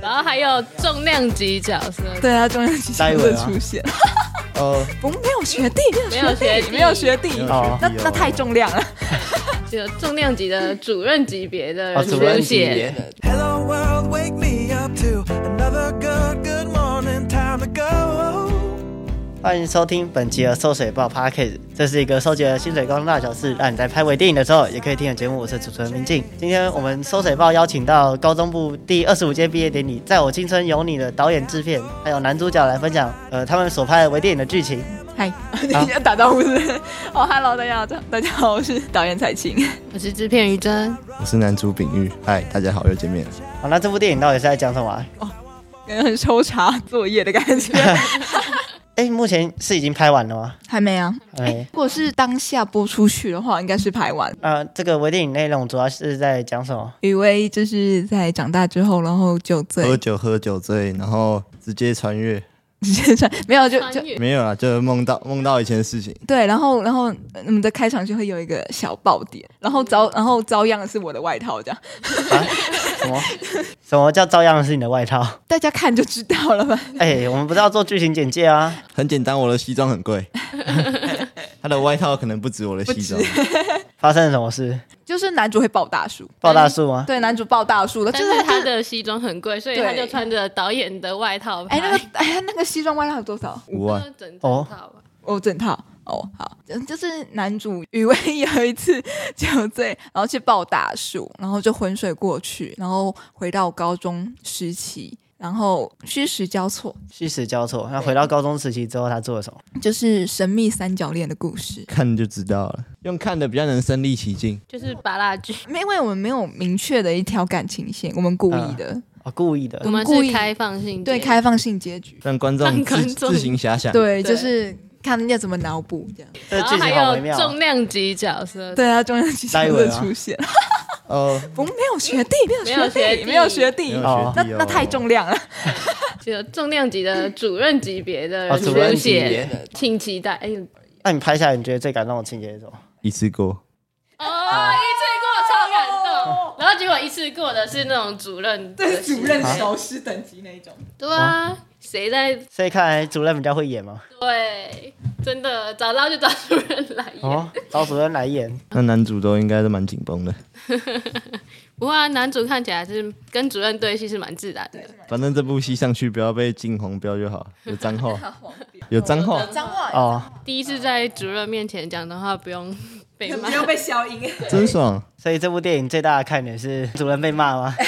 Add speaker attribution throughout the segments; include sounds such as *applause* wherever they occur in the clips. Speaker 1: 然后还有重量级角色，
Speaker 2: 对啊，中央机
Speaker 3: 待
Speaker 2: 械
Speaker 3: 会
Speaker 2: 会
Speaker 3: 啊
Speaker 2: 出现。
Speaker 3: 哦，
Speaker 2: 我们没有学弟，
Speaker 1: 没有学弟
Speaker 2: 没有学弟，
Speaker 3: 哦
Speaker 2: 那那太重量了。
Speaker 1: 就重量级的主任级别的
Speaker 3: 哦，
Speaker 1: 人
Speaker 3: 主
Speaker 1: 出
Speaker 3: 任级
Speaker 1: 现。
Speaker 3: 别的，
Speaker 4: Hello world, wake me up to another good, good morning, time to go.
Speaker 3: 欢迎收听本期的《收水报 p a c k a g e 这是一个收集了薪水工大小事，让你在拍微电影的时候也可以听的节目。我是主持人明静，今天我们收水报邀请到高中部第二十五届毕业典礼《在我青春有你》的导演、制片还有男主角来分享，呃，他们所拍的微电影的剧情。
Speaker 2: 嗨，
Speaker 3: 啊
Speaker 2: 你要打招呼是不是？哦，Hello，大家好，大家好，我是导演彩青。
Speaker 1: 我是制片于真，
Speaker 5: 我是男主秉玉，嗨，大家好，又见面了。
Speaker 3: 好，那这部电影到底是在讲什么、啊？
Speaker 2: 感觉很抽查作业的感
Speaker 3: *laughs*
Speaker 2: 觉。
Speaker 3: 哎，目前是已经拍完了吗？
Speaker 2: 还没啊，
Speaker 3: 哎、
Speaker 2: 如果是当下播出去的话，应该是排完。
Speaker 3: 那、呃这个微电影内容主要是在讲什么？
Speaker 2: 雨薇就是在长大之后，然后酒
Speaker 5: 喝
Speaker 3: 哦
Speaker 2: 醉，
Speaker 5: 酒喝酒醉，然后直接穿越，
Speaker 2: 直接穿 *laughs* 没有就就
Speaker 1: 穿越
Speaker 5: 没有啦，就梦到梦到以前的事情。
Speaker 2: 对，然后然后呃我们的开场就会有一个小爆点，然后遭然后遭殃的是我的外套，这样
Speaker 3: 啊？什么？什么叫照样是你的外套？
Speaker 2: 大家看就知道了吧？
Speaker 3: 哎、我们不是要做剧情简介啊？
Speaker 5: 很简单，我的西装很 *laughs* 贵，他的外套可能不止我的西装。
Speaker 3: 发生了什么事？
Speaker 2: 就是男主会抱大树，
Speaker 3: 抱大树吗？
Speaker 2: 对，男主抱大树了，就
Speaker 1: 但
Speaker 2: 是
Speaker 1: 是
Speaker 2: 他
Speaker 1: 他
Speaker 2: 的。
Speaker 1: 的西装很贵，所以他就穿着导演的外套拍。
Speaker 2: 哎，那个，哎，那个西装外套有多少？
Speaker 5: 五万，
Speaker 1: 整整套
Speaker 3: 哦
Speaker 1: 吧。
Speaker 2: 哦，整套哦，好，嗯就是男主雨薇有一次酒醉， *laughs* 然后去抱大树，然后就昏睡过去，然后回到高中时期，然后虚实交错，
Speaker 3: 虚实交错。那回到高中时期之后，他做了什么？
Speaker 2: 就是神秘三角恋的故事。
Speaker 5: 看就知道了，用看的比较能身临其境。
Speaker 1: 就是拔蜡剧，
Speaker 2: 因为我们没有明确的一条感情线，我们故意的，
Speaker 3: 哦，故意的
Speaker 1: 我。们
Speaker 2: 故意
Speaker 1: 是开放性
Speaker 2: 对，
Speaker 1: 结
Speaker 2: 开放性结局，
Speaker 5: 让观众
Speaker 1: 让观
Speaker 5: 自
Speaker 1: 众
Speaker 5: 自行遐想。
Speaker 2: 对，就
Speaker 1: 对
Speaker 2: 是看要怎么脑补这样。
Speaker 3: 这
Speaker 1: 然后
Speaker 3: 剧
Speaker 1: 还
Speaker 3: 情好微
Speaker 1: 有
Speaker 3: 妙、啊
Speaker 1: 重。量级角色，
Speaker 2: 对啊，中央机
Speaker 3: 待
Speaker 2: 械会
Speaker 3: 会啊
Speaker 2: *laughs* 出现，
Speaker 5: 哦，
Speaker 2: 我们没有学弟，没
Speaker 1: 没有
Speaker 2: 有
Speaker 1: 学弟
Speaker 2: 学弟，没有学弟
Speaker 5: 没有，
Speaker 3: 哦
Speaker 2: 那
Speaker 5: 学弟哦
Speaker 2: 那太重量了。
Speaker 1: 就重量级的主任级别的
Speaker 3: 哦
Speaker 1: 人
Speaker 3: 主任
Speaker 1: 出
Speaker 3: 级别
Speaker 1: 现，请期待。哎，
Speaker 2: 哦
Speaker 3: 那你拍下来，你觉得最感动的情节是什么？
Speaker 5: 一次过，
Speaker 1: 哦，一次过超感动，然后结果一次过的是那种主任的戏，
Speaker 2: 对主任熟师等级那一 *laughs* 种。
Speaker 1: 对
Speaker 3: 哦
Speaker 1: 啊，谁在
Speaker 3: 所以看来主任比较会演嘛。
Speaker 1: 对？真的早知道就找主任来演，
Speaker 3: 哦，找主任来演。
Speaker 5: 那男主都应该是蛮紧绷的，
Speaker 1: 不过啊，男主看起来是跟主任对戏是蛮自然的，
Speaker 2: 啊
Speaker 5: 反正这部戏上去不要被进红标就好，有脏话， *laughs* 有脏话。
Speaker 2: 脏话
Speaker 3: 哦，
Speaker 1: 第一次在主任面前讲的话不用被
Speaker 2: *laughs*
Speaker 1: 骂，
Speaker 2: 被消音。
Speaker 5: 真爽！
Speaker 3: 所以这部电影最大的看点是主任被骂吗？
Speaker 1: *laughs*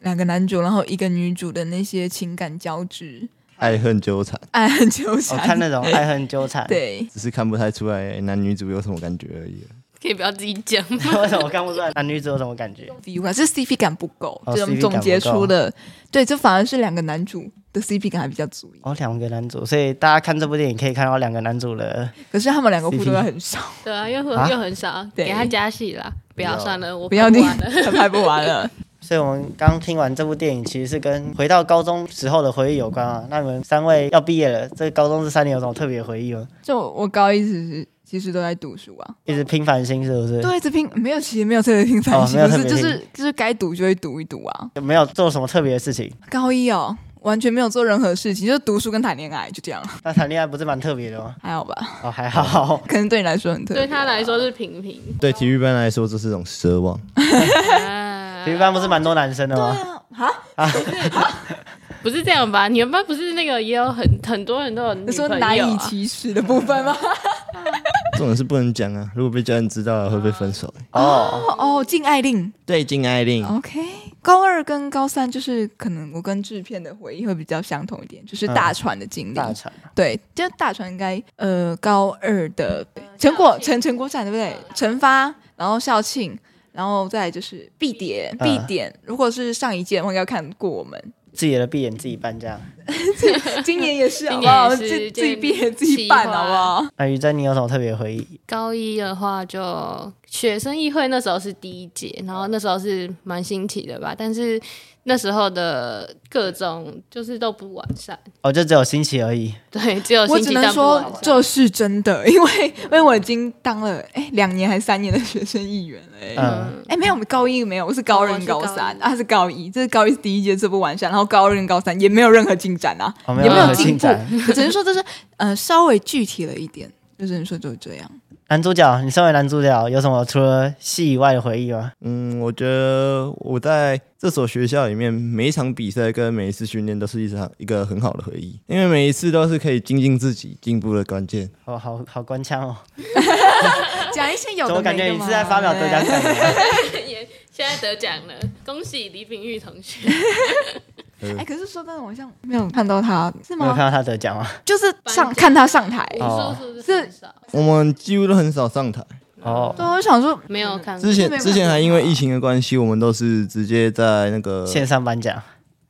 Speaker 2: 两个男主，然后一个女主的那些情感交织，
Speaker 5: 爱恨纠缠，
Speaker 2: 爱恨哎纠
Speaker 3: 我、
Speaker 2: 缠。
Speaker 3: 哦看那种爱恨纠缠。，
Speaker 2: 对，
Speaker 5: 只是看不太出来男女主有什么感觉而已。
Speaker 1: 可以不要自己讲吗？
Speaker 3: *laughs*
Speaker 2: *laughs*
Speaker 3: 为什么看不出来男女主有什么感觉？
Speaker 2: 比如啊，这 CP 感不够，
Speaker 3: 哦
Speaker 2: 这种
Speaker 3: CP
Speaker 2: 总
Speaker 3: 感不
Speaker 2: 结
Speaker 3: 够
Speaker 2: 出的，对，这反而是两个男主的 CP 感还比较足一点。
Speaker 3: 哦，两个男主，所以大家看这部电影可以看到两个男主的。
Speaker 2: 可是他们两个
Speaker 3: CP
Speaker 2: 互动又很少， *laughs*
Speaker 1: 对啊，又很、
Speaker 3: 啊
Speaker 1: 又很少，
Speaker 2: 对
Speaker 1: 给他加戏啦，不要
Speaker 5: 不要
Speaker 1: 算了，我
Speaker 2: 不要你
Speaker 1: 听完了。
Speaker 2: 他拍不完了。 *laughs*
Speaker 3: 所以我们刚听完这部电影，其实是跟回到高中时候的回忆有关啊。那你们三位要毕业了，这高中这三年有什么特别的回忆吗？
Speaker 2: 就我高一其实其实都在读书啊，
Speaker 3: 一直拼繁星是不是？
Speaker 2: 对，这拼没有，其实没有特别拼
Speaker 3: 哦
Speaker 2: 繁星，
Speaker 3: 没有
Speaker 2: 就
Speaker 3: 特
Speaker 2: 是
Speaker 3: 别
Speaker 2: 就
Speaker 3: 拼
Speaker 2: 是就是该读就会读一读啊。
Speaker 3: 有没有做什么特别的事情？
Speaker 2: 高一哦，完全没有做任何事情，就是读书跟谈恋爱，就这样，
Speaker 3: 那谈恋爱不是蛮特别的 *laughs* 吗？
Speaker 2: 还好吧？
Speaker 1: *laughs*
Speaker 3: 哦，还 *laughs* 好。
Speaker 2: 可能对你来说很特别，
Speaker 1: *laughs* 对他来说是平平，
Speaker 5: 对体育班来说，这是一种奢望。
Speaker 2: *laughs*
Speaker 1: 啊
Speaker 3: 体育班不是蛮多男生的吗？
Speaker 1: 不是这样吧？你们班不是那个也有很很多人都有女
Speaker 2: 你说
Speaker 1: 朋友、
Speaker 2: 难以
Speaker 1: 啊？
Speaker 2: 启齿的部分吗？
Speaker 5: 这种是不能讲啊，如果被家人知道了会被分手。
Speaker 3: 哦，
Speaker 1: 啊
Speaker 2: 哦哦，禁爱令
Speaker 5: 对，禁爱令，
Speaker 1: 嗯
Speaker 2: ，OK。高二跟高三就是可能我跟制片的回忆会比较相同一点，就是大船的
Speaker 1: 嗯
Speaker 2: 经历。
Speaker 3: 大船
Speaker 2: 对，就大船应该呃高二的成果成成果展对不对？成发，然后校庆，然后再来就是必点必
Speaker 3: 嗯
Speaker 2: 点。如果是上一届的话，应该看过我
Speaker 1: *laughs*
Speaker 2: 们。
Speaker 3: 自己的闭眼自己办这样。
Speaker 2: 今年也是，好
Speaker 1: 今
Speaker 2: 不好？
Speaker 1: 年也
Speaker 2: 自
Speaker 1: 是
Speaker 2: 己
Speaker 1: 今
Speaker 2: 自己
Speaker 1: 年
Speaker 2: 毕业自
Speaker 1: 企
Speaker 2: 己办，
Speaker 1: 划
Speaker 2: 好不好？
Speaker 3: 那于真，你有什么特别的回忆？
Speaker 1: 高一的话就学生议会那时候是第一届，然后那时候是蛮新奇的吧，但是那时候的各种就是都不完善，
Speaker 3: 哦，就只有新奇而已。
Speaker 1: 对，只有
Speaker 2: 我
Speaker 1: 新
Speaker 2: 只
Speaker 1: 奇
Speaker 2: 能
Speaker 1: 但不完
Speaker 2: 说
Speaker 1: 善。
Speaker 2: 这是真的， *laughs* 因为因为我已经当了哎两年还三年的学生议员了、哎
Speaker 3: 嗯，
Speaker 2: 哎、没有，我们高一没有，我是高
Speaker 1: 哦我
Speaker 2: 二、
Speaker 1: 是
Speaker 2: 高
Speaker 1: 高
Speaker 2: 三，
Speaker 1: 一
Speaker 2: 他、是高一，这是高一第一届，这不完善，然后高二跟高三也没有任何进展啊，
Speaker 3: 哦没
Speaker 2: 也
Speaker 3: 有
Speaker 2: 没
Speaker 3: 任
Speaker 2: 有
Speaker 3: 何
Speaker 2: 进
Speaker 3: 进
Speaker 2: 步 *laughs*
Speaker 3: 展，
Speaker 2: 可只能说就是呃稍微具体了一点，就只能说就是这样。
Speaker 3: 男主角，你身为男主角，有什么除了戏以外的回忆吗？
Speaker 5: 嗯，我觉得我在这所学校里面，每一场比赛跟每一次训练都是一场一个很好的回忆，因为每一次都是可以精进自己、进步的关键。
Speaker 3: 好好好官腔哦，
Speaker 2: 讲一些有
Speaker 3: 怎么
Speaker 2: 的
Speaker 3: 感
Speaker 2: 没
Speaker 3: 觉
Speaker 2: 的
Speaker 3: 你
Speaker 2: 嘛
Speaker 3: 是在发表得奖啊感言？
Speaker 1: 也现在得奖了，恭喜李炳玉同学。 *laughs*
Speaker 2: 哎、可是说真的，我好像没有看到他，是
Speaker 3: 没有啊
Speaker 2: 吗？
Speaker 3: 看到他得奖吗？
Speaker 2: 就是
Speaker 1: 颁
Speaker 2: 上
Speaker 1: 奖
Speaker 2: 看他上台，
Speaker 1: 武
Speaker 3: 哦
Speaker 1: 术是不是很少？
Speaker 5: 我们几乎都很少上台，
Speaker 3: 哦，
Speaker 2: 对，啊我想说，
Speaker 1: 没有看过
Speaker 5: 之前
Speaker 2: 没有
Speaker 5: 之前还因为疫情的关系，我们都是直接在那个
Speaker 3: 线上颁奖，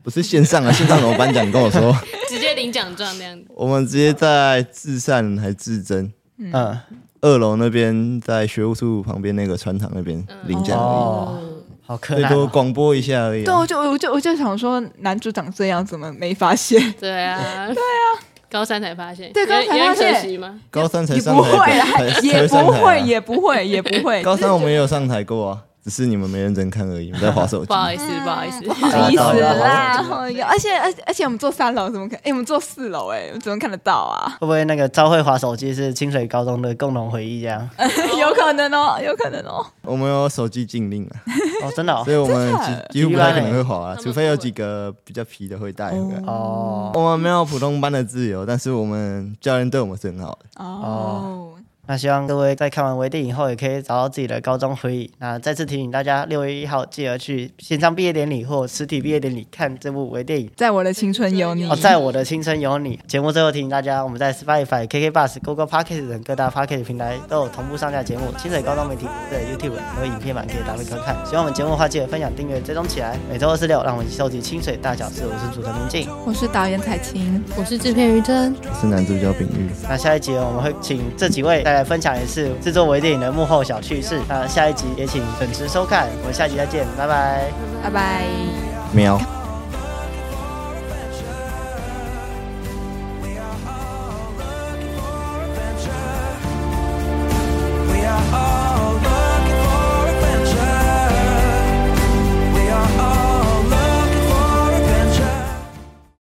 Speaker 5: 不是线上啊，线上怎么颁奖？你跟我说， *laughs*
Speaker 1: 直接领奖状那样子。
Speaker 5: 我们直接在至善还至真
Speaker 3: 嗯，
Speaker 5: 二楼那边，在学务处旁边那个船堂那边
Speaker 2: 嗯
Speaker 5: 领奖而
Speaker 3: 哦，好
Speaker 5: 已，
Speaker 3: 可
Speaker 5: 最
Speaker 3: 爱
Speaker 5: 多
Speaker 3: 哦。
Speaker 5: 广播一下而已
Speaker 2: 对，
Speaker 5: 啊、
Speaker 2: 我就我就我就想说，男主长这样，怎么没发现？
Speaker 1: 对啊， *laughs* 对啊，高三才发现，
Speaker 2: 对高
Speaker 1: 有
Speaker 2: 三
Speaker 1: 有点
Speaker 2: 发现
Speaker 1: 可惜吗？
Speaker 5: 高三才
Speaker 2: 也
Speaker 5: 上
Speaker 2: 不
Speaker 5: 台
Speaker 2: 会
Speaker 5: 表，
Speaker 2: 啦
Speaker 5: 才，才
Speaker 2: 也
Speaker 5: 会
Speaker 2: 不
Speaker 5: 上台啊
Speaker 2: 会，也不会，也不会。
Speaker 5: 高三我们也有上台过啊，只是你们没认真看而已，我们在
Speaker 2: *laughs*
Speaker 5: 划手机
Speaker 1: 不。好意思，嗯不好意思，
Speaker 2: 不好意思啦
Speaker 3: 好，
Speaker 2: 而且而且而且我们坐三楼怎么看？哎、我们坐四楼，哎，我们怎么看得到啊？ *laughs*
Speaker 3: 会不会那个朝会划手机是清水高中的共同回忆这 *laughs* 样？
Speaker 2: 有可能哦，有可能哦。
Speaker 5: 我们有手机禁令啊，
Speaker 3: 哦，真的哦
Speaker 5: 所以我们
Speaker 2: 真的
Speaker 5: 几几乎不太可能会划
Speaker 1: 他
Speaker 5: 啊，
Speaker 1: 们
Speaker 5: 除非有几个比较皮的会带。对吧
Speaker 3: 哦，
Speaker 5: 我们没有普通班的自由，但是我们教练对我们是很好的。
Speaker 2: 哦，
Speaker 3: 那希望各位在看完微电影后，也可以找到自己的高中回忆。那再次提醒大家，六月一号记得去线上毕业典礼或实体毕业典礼看这部微电影。
Speaker 2: 在我的青春有你
Speaker 3: 哦，，在我的青春有你节目最后提醒大家，我们在 Spotify、KK Bus、Google Podcast 等各大 Podcast 平台都有同步上架节目。清水高中媒体部的 YouTube 有影片版可以搭配观看。喜欢我们节目的话，记得分享、订阅、追踪起来。每周二、四、六，让我们一起收集清水大小事。我是主持人明静。
Speaker 2: 我是导演彩青，
Speaker 1: 我是制片于真，
Speaker 5: 是男主角秉玉，
Speaker 3: 那下一集我们会请这几位再来分享一次制作微电影的幕后小趣事。那下一集也请准时收看，我们下集再见，拜拜。
Speaker 2: 拜拜。
Speaker 5: 喵。